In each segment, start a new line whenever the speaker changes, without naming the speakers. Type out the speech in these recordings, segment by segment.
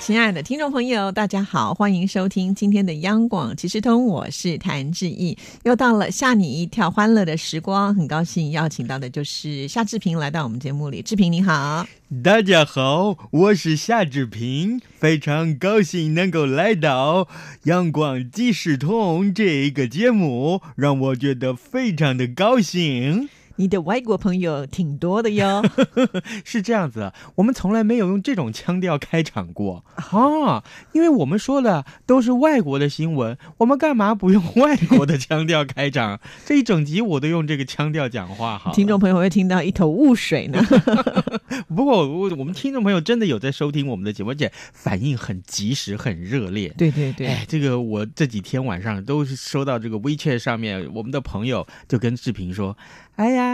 亲爱的听众朋友，大家好，欢迎收听今天的央广即时通，我是谭志毅。又到了吓你一跳欢乐的时光，很高兴邀请到的就是夏志平来到我们节目里。志平你好，
大家好，我是夏志平，非常高兴能够来到《阳光即时通》这一个节目，让我觉得非常的高兴。
你的外国朋友挺多的哟。
是这样子，啊我们从来没有用这种腔调开场 过啊，因为我们说的都是外国的新闻，我们干嘛不用外国的腔调开场？ 这一整集我都用这个腔调讲话好了。
听众朋友会听到一头雾水呢。
不过我我们听众朋友真的有在收听我们的节目，而且反应很及时、很热烈。
对对对，
哎，这个我这几天晚上都是收到这个 WeChat 上面，我们的朋友就跟志平说：“哎呀，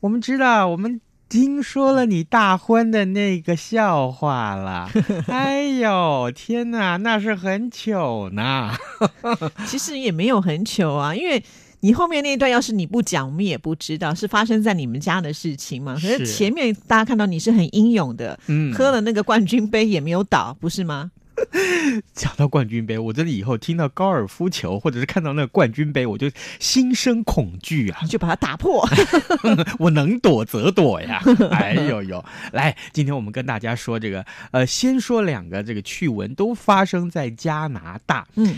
我们知道，我们听说了你大婚的那个笑话了。哎呦，天哪，那是很糗呢。
其实也没有很糗啊，因为你后面那一段要是你不讲，我们也不知道是发生在你们家的事情嘛。可是
是
前面大家看到你是很英勇的，
嗯，
喝了那个冠军杯也没有倒，不是吗？
讲到冠军杯，我真的以后听到高尔夫球或者是看到那个冠军杯，我就心生恐惧啊。
你就把它打破。
我能躲则躲呀。 哎呦呦，来，今天我们跟大家说这个，呃，先说两个这个趣闻，都发生在加拿大。
嗯，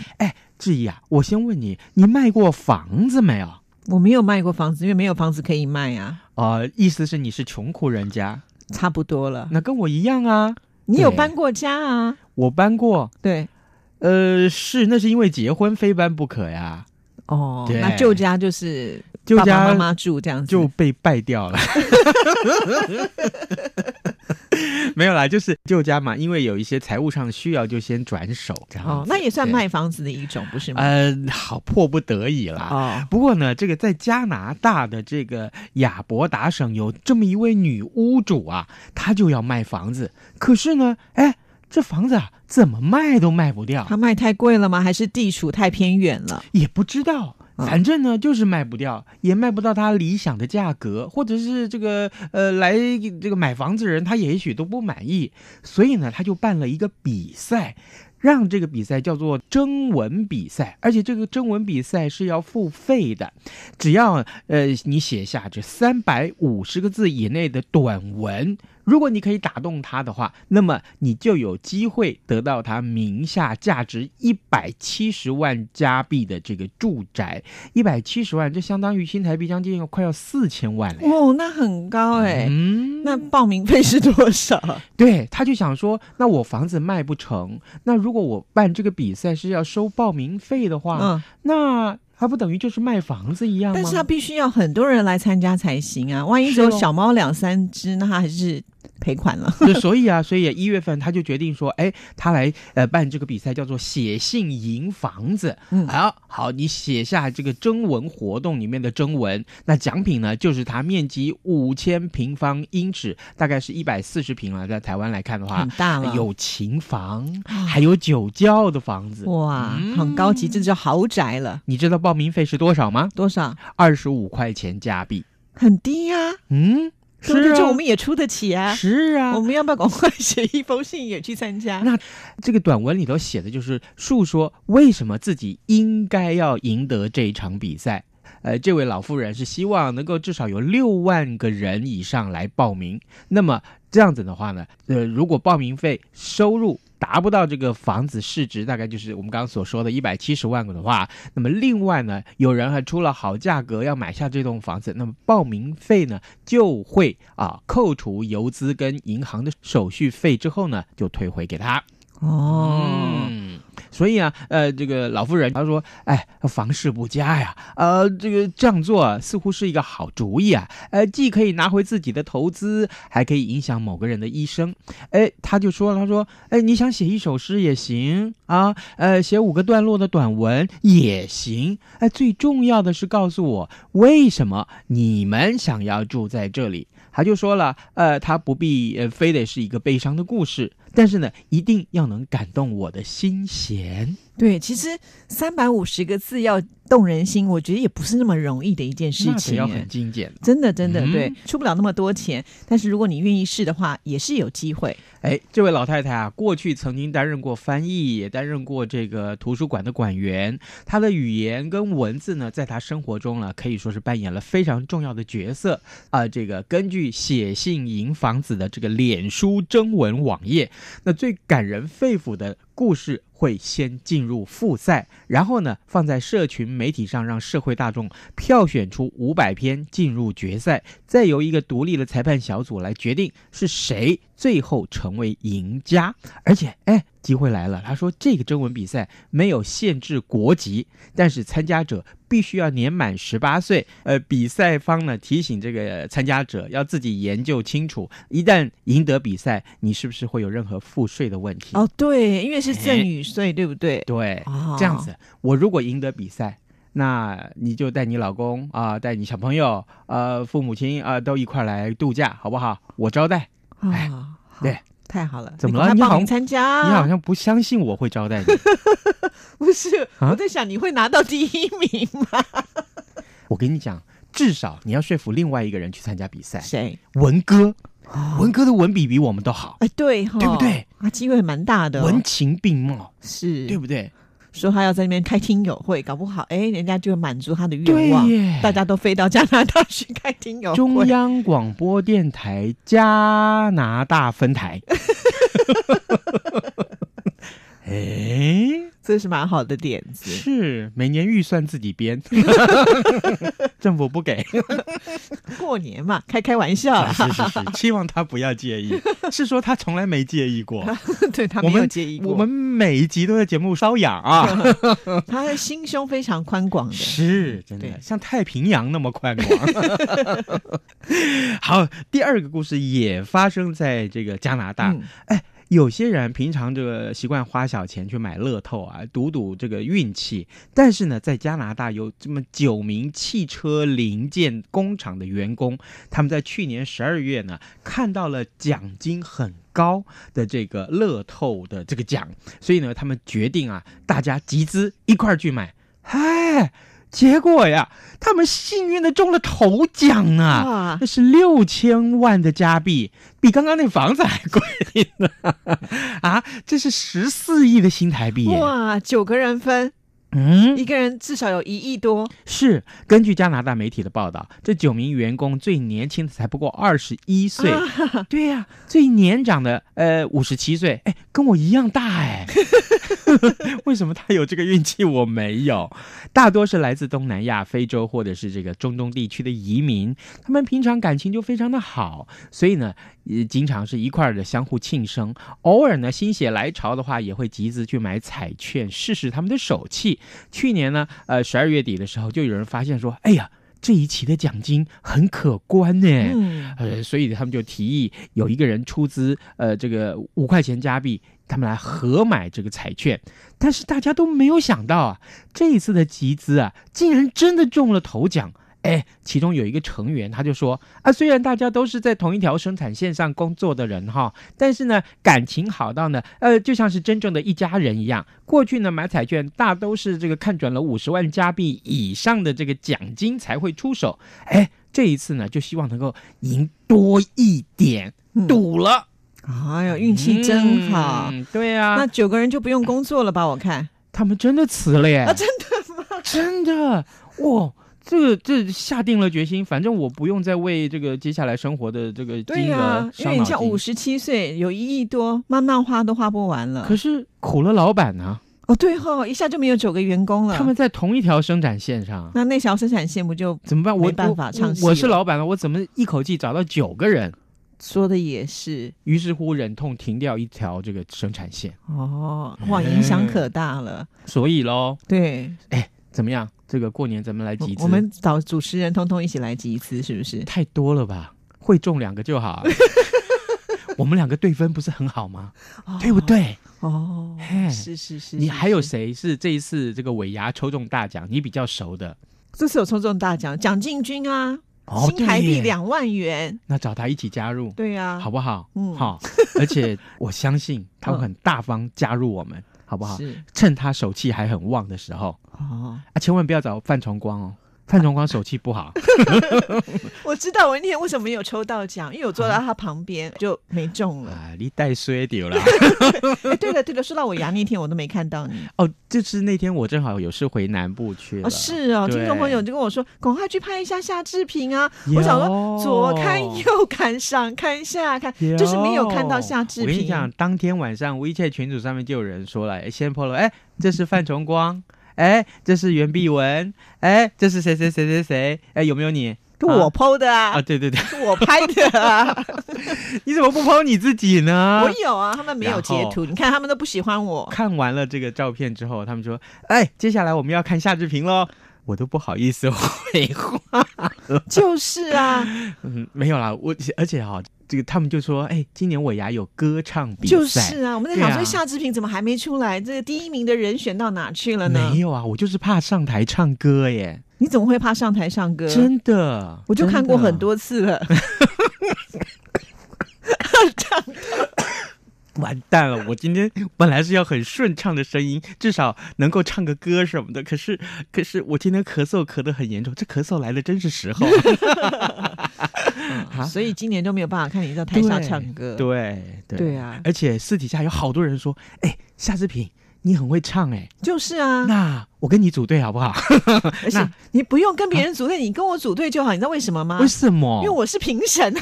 志毅啊，我先问你，你卖过房子没有？
我没有卖过房子，因为没有房子可以卖啊，
呃，意思是你是穷苦人家，
差不多了。
那跟我一样啊。
你有
对
搬过家啊？
我搬过，
对，
呃，是，那是因为结婚非搬不可呀，
哦，
对
那旧家就是
旧
爸爸
家
妈妈住这样子，
就被败掉了。 没有啦，就是旧家嘛，因为有一些财务上的需要，就先转手这样子。
哦，那也算
对
卖房子的一种，不是吗？
呃，好迫不得已啦。
啊
哦，
不过呢，这个在加拿大的这个亚伯达省有这么一位女屋主啊，她就要卖房子，可是呢，哎，这房子啊怎么卖都卖不掉，
他卖太贵了吗？还是地处太偏远了？
也不知道。
嗯
反正呢，就是卖不掉，也卖不到她理想的价格，或者是这个呃，来这个买房子的人他也许都不满意，所以呢，他就办了一个比赛，让这个比赛叫做征文比赛，而且这个征文比赛是要付费的，只要呃你写下这三百五十个字以内的短文，如果你可以打动他的话，那么你就有机会得到他名下价值一百七十万加币的这个住宅，一百七十万，这相当于新台币将近快要四千万了呀。
哦，那很高哎、
嗯，
那报名费是多少 啊？
对，他就想说，那我房子卖不成，那如果我办这个比赛是要收报名费的话，
嗯，
那还不等于就是卖房子一样吗？
但是他必须要很多人来参加才行啊，万一只有
是哦
小猫两三只，那他还是赔款了。
对，所以啊，所以一月份他就决定说，哎，他来呃办这个比赛，叫做写信赢房子。
嗯
好好，你写下这个征文活动里面的征文，那奖品呢就是它面积五千平方英尺，大概是一百四十平了，在台湾来看的话
很，大了，
有琴房，还嗯有酒窖的房子。
哇，很高级，这叫豪宅了。
你知道报名费是多少吗？
多少？
二十五块钱加币。
很低呀、
嗯，
对不对
是
这
啊
我，们也出得起啊。
是啊，
我们要不要赶快写一封信也去参加？
那这个短文里头写的就是述说为什么自己应该要赢得这一场比赛。呃，这位老妇人是希望能够至少有六万个人以上来报名。那么这样子的话呢，呃，如果报名费收入达不到这个房子市值，大概就是我们刚刚所说的一百七十万个的话，那么另外呢，有人还出了好价格要买下这栋房子，那么报名费呢就会啊扣除邮资跟银行的手续费之后呢，就退回给他。
哦，
嗯，所以啊，呃，这个老妇人她说，哎，房事不佳呀，呃，这个这样做啊似乎是一个好主意啊，呃，既可以拿回自己的投资，还可以影响某个人的一生。哎，她就说了，她说，哎，你想写一首诗也行啊，呃，写五个段落的短文也行，呃哎，最重要的是告诉我为什么你们想要住在这里。他就说了，呃，他不必呃非得是一个悲伤的故事，但是呢，一定要能感动我的心弦。
对，其实三百五十个字要动人心，我觉得也不是那么容易的一件事
那得
情
要
耶
很。精简。
真的，真的，
嗯
对，出不了那么多钱，但是如果你愿意试的话，也是有机会。
哎，这位老太太啊，过去曾经担任过翻译，也担任过这个图书馆的馆员。她的语言跟文字呢，在她生活中呢，可以说是扮演了非常重要的角色啊、这个根据写信银房子的这个脸书征文网页，那最感人肺腑的故事会先进入复赛，然后呢，放在社群媒体上让社会大众票选出五百篇进入决赛，再由一个独立的裁判小组来决定是谁最后成为赢家。而且，哎，机会来了，他说这个征文比赛没有限制国籍，但是参加者必须要年满十八岁。呃，比赛方呢提醒这个参加者要自己研究清楚，一旦赢得比赛，你是不是会有任何赋税的问题？
哦，对，因为是赠与税，对不对？
对，
哦
这样子，我如果赢得比赛，那你就带你老公啊、带你小朋友，呃，父母亲啊、都一块儿来度假，好不好？我招待。哎
啊，好
对，
太好了，
怎么
你赶
了你
快
好
报名参加？啊
你好像不相信我会招待你，
不是，
啊
我在想你会拿到第一名吗？
我跟你讲，至少你要说服另外一个人去参加比赛。
谁？
文哥，
哦
文哥的文笔比我们都好，
哎，对哈，
对不对？
啊，机会蛮大的哦，
文情并茂，
是
对不对？
说他要在那边开听友会，搞不好哎，人家就满足他的愿望
对耶，
大家都飞到加拿大去开听友
中
会。
央广播电台加拿大分台。 哎。
这是蛮好的点子。
是每年预算自己 编，政府不给，
过年嘛，开开玩笑啦，
是是是，希望他不要介意。是说他从来没介意 过，
对他
啊我
没有
们
介意过，
我们每一集都在节目瘙痒 啊，
他的心胸非常宽广的。
是真的
对
像太平洋那么宽 广。好，第二个故事也发生在这个加拿大，啊
嗯
有些人平常这个习惯花小钱去买乐透啊，赌赌这个运气。但是呢，在加拿大有这么九名汽车零件工厂的员工，他们在去年十二月呢，看到了奖金很高的这个乐透的这个奖，所以呢，他们决定啊，大家集资一块儿去买。嗨，结果呀，他们幸运的中了头奖啊！
哇
那，是六千万的加币，比刚刚那房子还贵呢！啊，这是十四亿的新台币耶！
哇，九个人分，
嗯，
一个人至少有一亿多，
是根据加拿大媒体的报道，这九名员工最年轻的才不过二十一岁， 对呀、最年长的呃五十七岁，哎，跟我一样大哎。 为什么他有这个运气，我没有？大多是来自东南亚、非洲或者是这个中东地区的移民，他们平常感情就非常的好，所以呢，也经常是一块儿的相互庆生。偶尔呢，心血来潮的话，也会集资去买彩券，试试他们的手气。去年呢，呃，十二月底的时候，就有人发现说，哎呀，这一期的奖金很可观呢。
嗯，
呃，所以他们就提议有一个人出资，呃，这个五块钱加币，他们来合买这个彩券。但是大家都没有想到啊，这一次的集资啊，竟然真的中了头奖。哎，其中有一个成员他就说啊，虽然大家都是在同一条生产线上工作的人哈，但是呢，感情好到呢，呃，就像是真正的一家人一样。过去呢，买彩券大都是这个看准了五十万加币以上的这个奖金才会出手，哎，这一次呢，就希望能够赢多一点，
嗯
赌了，
哎呦，运气真好。
嗯对啊，
那九个人就不用工作了吧？我看
他们真的辞了耶，
啊，真
真的，哇！这这下定了决心，反正我不用再为这个接下来生活的这个
对
金
呀、
额
因为
伤
你
脑
像
筋
五。十七岁，有一亿多，慢慢花都花不完了。
可是苦了老板呢、
哦，对吼、一下就没有九个员工了。
他们在同一条生产线上，
那那条生产线不就
怎么办？
嗯
我
没办法
我
唱戏
我是
了
老板了，我怎么一口气找到九个人？
说的也是
于是乎忍痛停掉一条这个生产线。
哦，哇，影响可大了。
所以喽，
对，
怎么样？这个过年咱们来集资，
我我们找主持人通通一起来集资，是不是？
太多了吧？会中两个 就好。啊我们两个对分不是很好吗？对不？对？
哦，
嘿
是是是。
你
是
还有
是
谁是这一次这个尾牙抽中大奖你比较熟的？
这次有抽中大奖，蒋进军啊，
哦
新台
对
币
耶
两万元，
那找他一起加入，
对呀、
好不好？
嗯
好，而且我 相信他会
嗯
很大方加入我们，好不好？
是
趁他手气还很旺的时候
哦，
啊，千万不要找范崇光哦，范崇光手气不 好，
我知道我那天为什么没有抽到奖，因为我坐到他旁边就没中了。
啊，你带衰 丢啦。
哎，对了对了，说到我牙那天我都没看到你
哦，就是那天我正好有事回南部去了，
哦，是哦，
对
听众朋友就跟我说，赶快去拍一下夏志平啊！
有
我想说左看右看上看下看，
有
就是没有看到夏志
我跟你
平。
讲，当天晚上 WeChat 群组上面就有人说了，哎，先 p o 哎，这是范崇光，哎，这是袁碧文，哎，这是谁谁谁谁谁，哎，有没有你？
是我
啊
剖的啊，
啊，对对对，
是我拍的啊，
你怎么不抛你自己呢？
我有啊，他们没有截图，你看他们都不喜欢我。
看完了这个照片之后，他们说，哎，接下来我们要看夏志平喽。我都不好意思回话，
就是啊，
嗯，没有啦，我而且哈、这个他们就说，哎，今年尾牙有歌唱比赛，
就是啊，我们在想
对
说
啊
夏志平怎么还没出来？这个第一名的人选到哪去了呢
没？有啊，我就是怕上台唱歌耶，
你怎么会怕上台唱歌？
真的，
我就看过
真的
很。多次 了。
完蛋了，我今天本来是要很顺畅的声音，至少能够唱个歌什么的。可是，可是我今天咳嗽咳得很严重，这咳嗽来的真是时候 啊。啊
所以今年就没有办法看你在台上唱歌。
对对
对啊
而且私底下有好多人说：“哎，夏志平，你很会唱哎、
就是啊，
那我跟你组队好不好？
而且你不用跟别人组队，你跟我组队就好。你知道为什么吗？
为什么？
啊因为我是评审，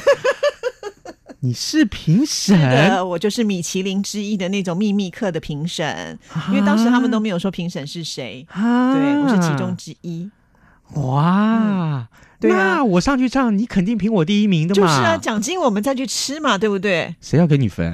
你 是评审，
的，我就是米其林之一的那种秘密课的评审。因为当时他们都没有说评审是谁，
啊
对我是其中之一。
哇。
对啊
那我上去唱，你肯定评我第一名的
就
嘛。
是啊，奖金我们再去吃嘛，对不 对？
谁要跟 你分？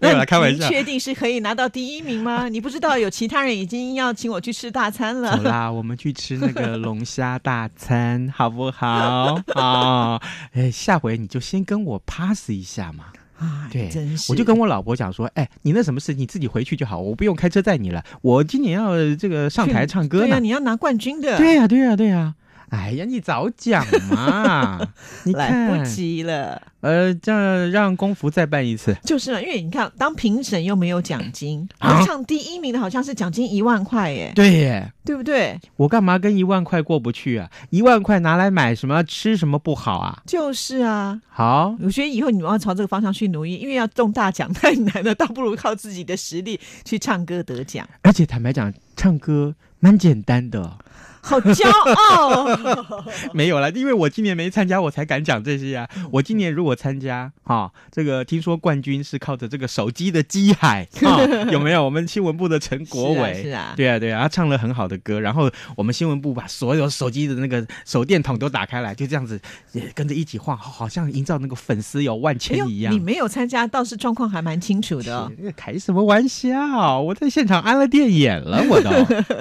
没
那
有啦，
你
开玩笑
您。确定是可以拿到第一名 吗？你不知道有其他人已经要请我去吃大餐
好
了。
啦，我们去吃那个龙虾大餐，好不好？ 啊、哎，下回你就先跟我 pass 一下嘛。
啊
对
真是，
我就跟我老婆讲说，哎，你那什么事，你自己回去就好，我不用开车载你了。我今年要呃这个上台唱歌
对呀，
呢。
你要拿冠军的，
对呀、对呀、对呀、哎呀，你早讲 嘛！你
来
看
不，及了。
呃，这样让功夫再办一次。
就是啊，因为你看，当评审又没有奖金，
啊
然后唱第一名的好像是奖金一万块耶，
对耶，
对不对？
我干嘛跟一万块过不去啊？一万块拿来买什么吃什么不好啊？
就是啊，
好，
我觉得以后你们要朝这个方向去努力，因为要中大奖太难了，倒不如靠自己的实力去唱歌得奖，
而且坦白讲，唱歌蛮简单的。
好骄 傲。哦啊
没有啦，因为我今年没参加，我才敢讲这些啊。我今年如果参加，哈、这个听说冠军是靠着这个手机的机海，哈 有没有？我们新闻部的陈国
是啊
伟。
是啊，
对啊，对啊，他唱了很好的歌，然后我们新闻部把所有手机的那个手电筒都打开来，就这样子也跟着一起晃，好好像营造那个粉丝有万
哎
千
呦
一样
你。没有参加，倒是状况还蛮清楚的哦、
是开什么玩笑？我在现场安了电眼了，我 都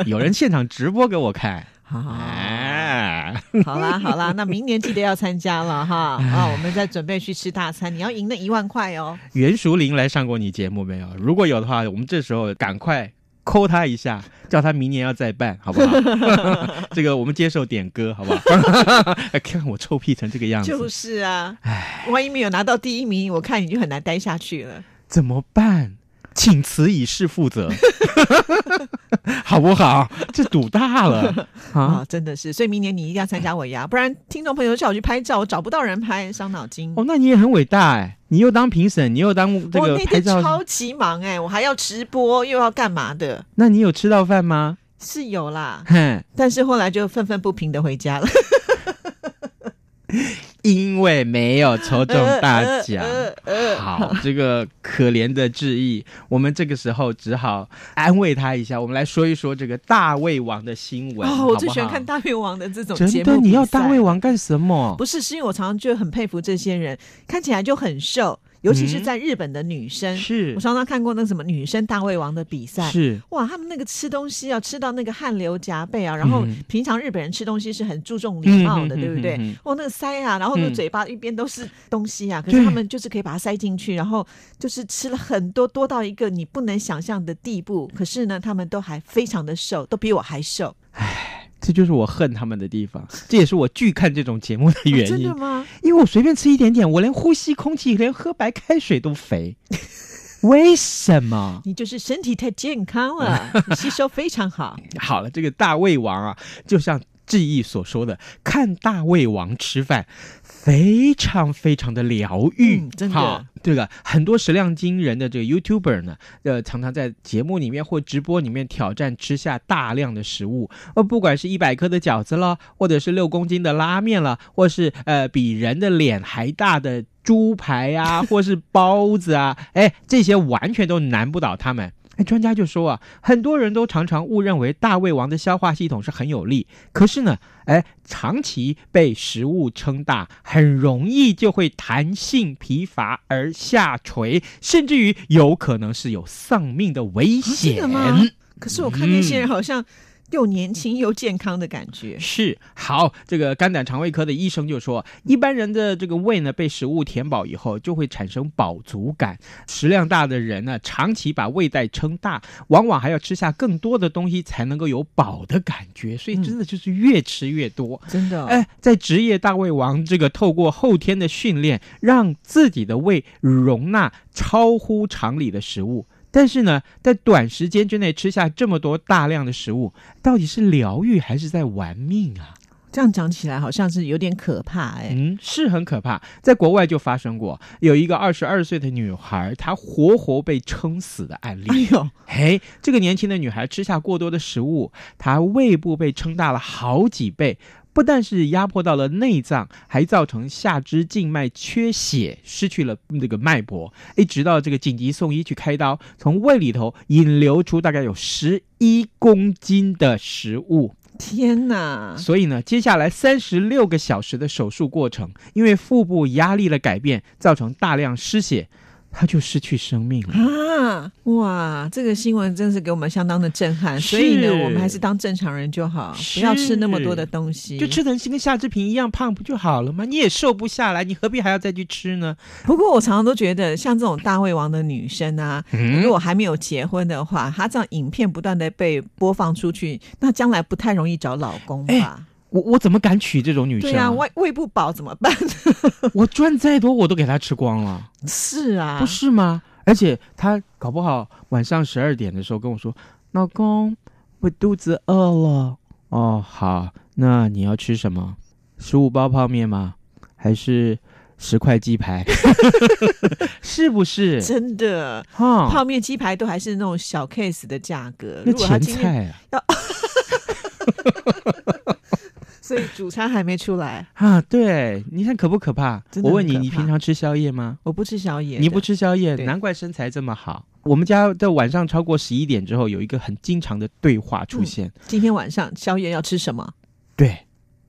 有人现场直播给我看。
好好
哎，
好啦好啦，那明年记得要参加了哈啊！我们再准备去吃大餐，你要赢那一万块哦。
袁淑玲来上过你节目没有？如果有的话，我们这时候赶快抠她一下，叫她明年要再办，好 不好？这个我们接受点歌，好不好？ 哎看我臭屁成这个样子，哎
就是啊，万一没有拿到第一名，我看你就很难待下去了。
怎么办？请辞以示负责， 好不好？这赌大 了啊
啊！，真的是，所以明年你一定要参加尾牙，不然听众朋友叫我去拍照，我找不到人拍，伤脑筋。
哦，那你也很伟大哎！你又当评审，你又当这
我
个
哦那
拍
天
照，
超级忙哎、我还要直播，又要干嘛的？
那你有吃到饭吗？
是有啦，
哼，
但是后来就愤愤不平的回家了。
因为没有抽中大奖。
呃 呃呃
好，这个可怜的志毅，我们这个时候只好安慰他一下。我们来说一说这个大胃王的新闻。
哦，
好
我
不
最喜欢
好
看大胃王的这种节
真
目。
的，你要大胃？王干什么？
不是，是因为我常常就很佩服这些人，看起来就很瘦，尤其是
嗯
在日本的女生。
是
我常常看过那个什么女生大胃王的比赛，
是，
哇，他们那个吃东西啊，吃到那个汗流浃背啊，然后
嗯
平常日本人吃东西是很注重礼貌的，
嗯嗯嗯
对不对？
嗯嗯
哦，那个塞啊，然后那个
嗯
嘴巴一边都是东西啊，可
对
是他们就是可以把它塞进去，然后就是吃了很多，多到一个你不能想象的地步。可是呢，他们都还非常的瘦，都比我还瘦。
这就是我恨他们的地方，这也是我拒看这种节目的原
哦真
因。
的吗？
因为我随便吃一点点，我连呼吸空气，连喝白开水都 肥，为什么？
你就是身体太健康了，
啊
你吸收非常好。哦
好了，这个大胃王啊，就像志毅所说的，看大胃王吃饭，非常非常的疗愈，
嗯真的
哈。这个很多食量惊人的这个 YouTuber 呢，呃，常常在节目里面或直播里面挑战吃下大量的食物，呃，不管是一百克的饺子了，或者是六公斤的拉面了，或是呃比人的脸还大的猪排啊，或是包子啊，哎，这些完全都难不倒他们。哎，专家就说啊，很多人都常常误认为大胃王的消化系统是很有力，可是呢，哎，长期被食物撑大，很容易就会弹性疲乏而下垂，甚至于有可能是有丧命的危
啊真
险。
的吗？可是我看那
嗯
些人好像又年轻又健康的感觉。
是好，这个肝胆肠胃科的医生就说，一般人的这个胃呢被食物填饱以后，就会产生饱足感。食量大的人呢，长期把胃袋撑大，往往还要吃下更多的东西才能够有饱的感觉，所以真的就是越吃越多。
真的、
哎，在职业大胃王这个透过后天的训练，让自己的胃容纳超乎常理的食物。但是呢，在短时间之内吃下这么多大量的食物，到底是疗愈还是在玩命啊？
这样讲起来好像是有点可怕哎、
嗯，是很可怕，在国外就发生过，有一个二十二岁的女孩，她活活被撑死的案例。
哎呦，
嘿，这个年轻的女孩吃下过多的食物，她胃部被撑大了好几倍，不但是压迫到了内脏，还造成下肢静脉缺血，失去了那个脉搏。一直到这个紧急送医去开刀，从胃里头引流出大概有十一公斤的食物。
天哪！
所以呢，接下来三十六个小时的手术过程，因为腹部压力的改变，造成大量失血，她就失去生命了。
啊，哇，这个新闻真是给我们相当的震撼，所以呢，
是
我们还是当正常人就好，不要吃那么多的东西。
就吃成跟夏志平一样胖不就好了吗？你也瘦不下来，你何必还要再去吃呢？
不过我常常都觉得，像这种大胃王的女生啊，如
嗯，
果还没有结婚的话，她这样影片不断的被播放出去，那将来不太容易找老公吧？
我我怎么敢娶这哎种女生、
对啊，胃胃不饱怎么办？
我赚再多我都给她吃光了，
是啊，
不是吗？而且她搞不好晚上十二点的时候跟我说：“老公，我肚子饿了。”哦，好，那你要吃什么？十五包泡面吗？还是十块鸡排？ 是不是？
真的。
哈，
泡面、鸡排都还是那种小 case 的价格，
那
如果她
前
今天，
菜啊。
所以主餐还没出来，
啊，对，你看可不可怕？
真的
我问
很
你，
可
你
怕
平常吃宵夜吗？
我不吃宵夜的，
你不吃宵夜，
对
难怪身材这么好。我们家在晚上超过十一点之后，有一个很经常的对话出
嗯
现。
今天晚上宵夜要吃什么？
对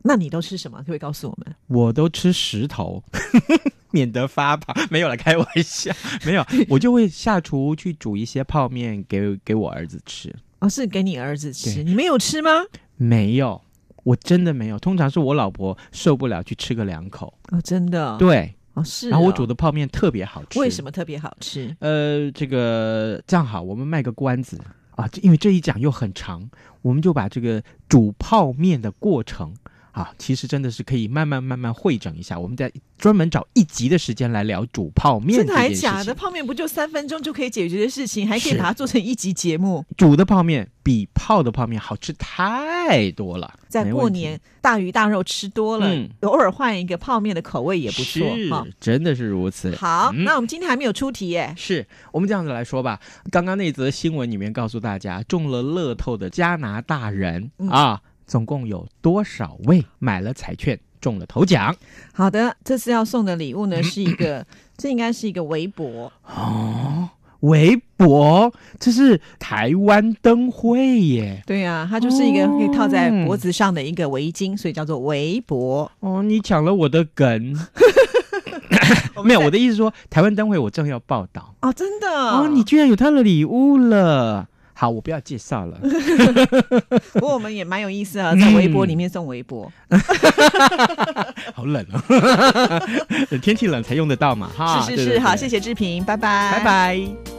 那你都吃什么？可不可以告诉我们？
我都吃石头， 免得发胖。没有了，开玩笑，没有，我就会下厨去煮一些泡面给给我儿子吃。
哦，是给你儿子吃，
对
你没有吃吗？
没有，我真的没有。通常是我老婆受不了去吃个两口。
哦，真的，，
对，
哦是哦。
然后我煮的泡面特别好吃。
为什么特别好吃？
呃，这个这样好，我们卖个关子啊，这因为这一讲又很长，我们就把这个煮泡面的过程啊，其实真的是可以慢慢慢慢会整一下，我们再专门找一集的时间来聊煮泡面
真的
这
还
件事
假的？
情。
泡面不就三分钟就可以解决的事情，还可以
是
把它做成一集节目？
煮的泡面比泡的泡面好吃太多了，
在
没
过
问题
年大鱼大肉吃多了
嗯，
偶尔换一个泡面的口味也不错
是
哈。
真的是如此。
好，
嗯
那我们今天还没有出题耶。
是我们这样子来说吧，刚刚那则新闻里面告诉大家，中了乐透的加拿大人、
嗯
啊，总共有多少位买了彩券中了头奖？
好的，这次要送的礼物 呢是一个，这应该是一个围脖，
哦，微博，这是台湾灯会耶！
对啊，它就是一个
哦
可以套在脖子上的一个围巾，所以叫做围脖。
哦，你抢了我的梗。没有，我的意思说，台湾灯会我正要报道
哦，真的
哦，你居然有他的礼物了。好，我不要介 绍了。
不过我们也蛮有意思
嗯
啊，在微博里面送微博。
好冷哦， 天气冷才用得到嘛，哈。
是
对
是
啊对
是，好，
对
谢谢志平，拜拜，
拜拜。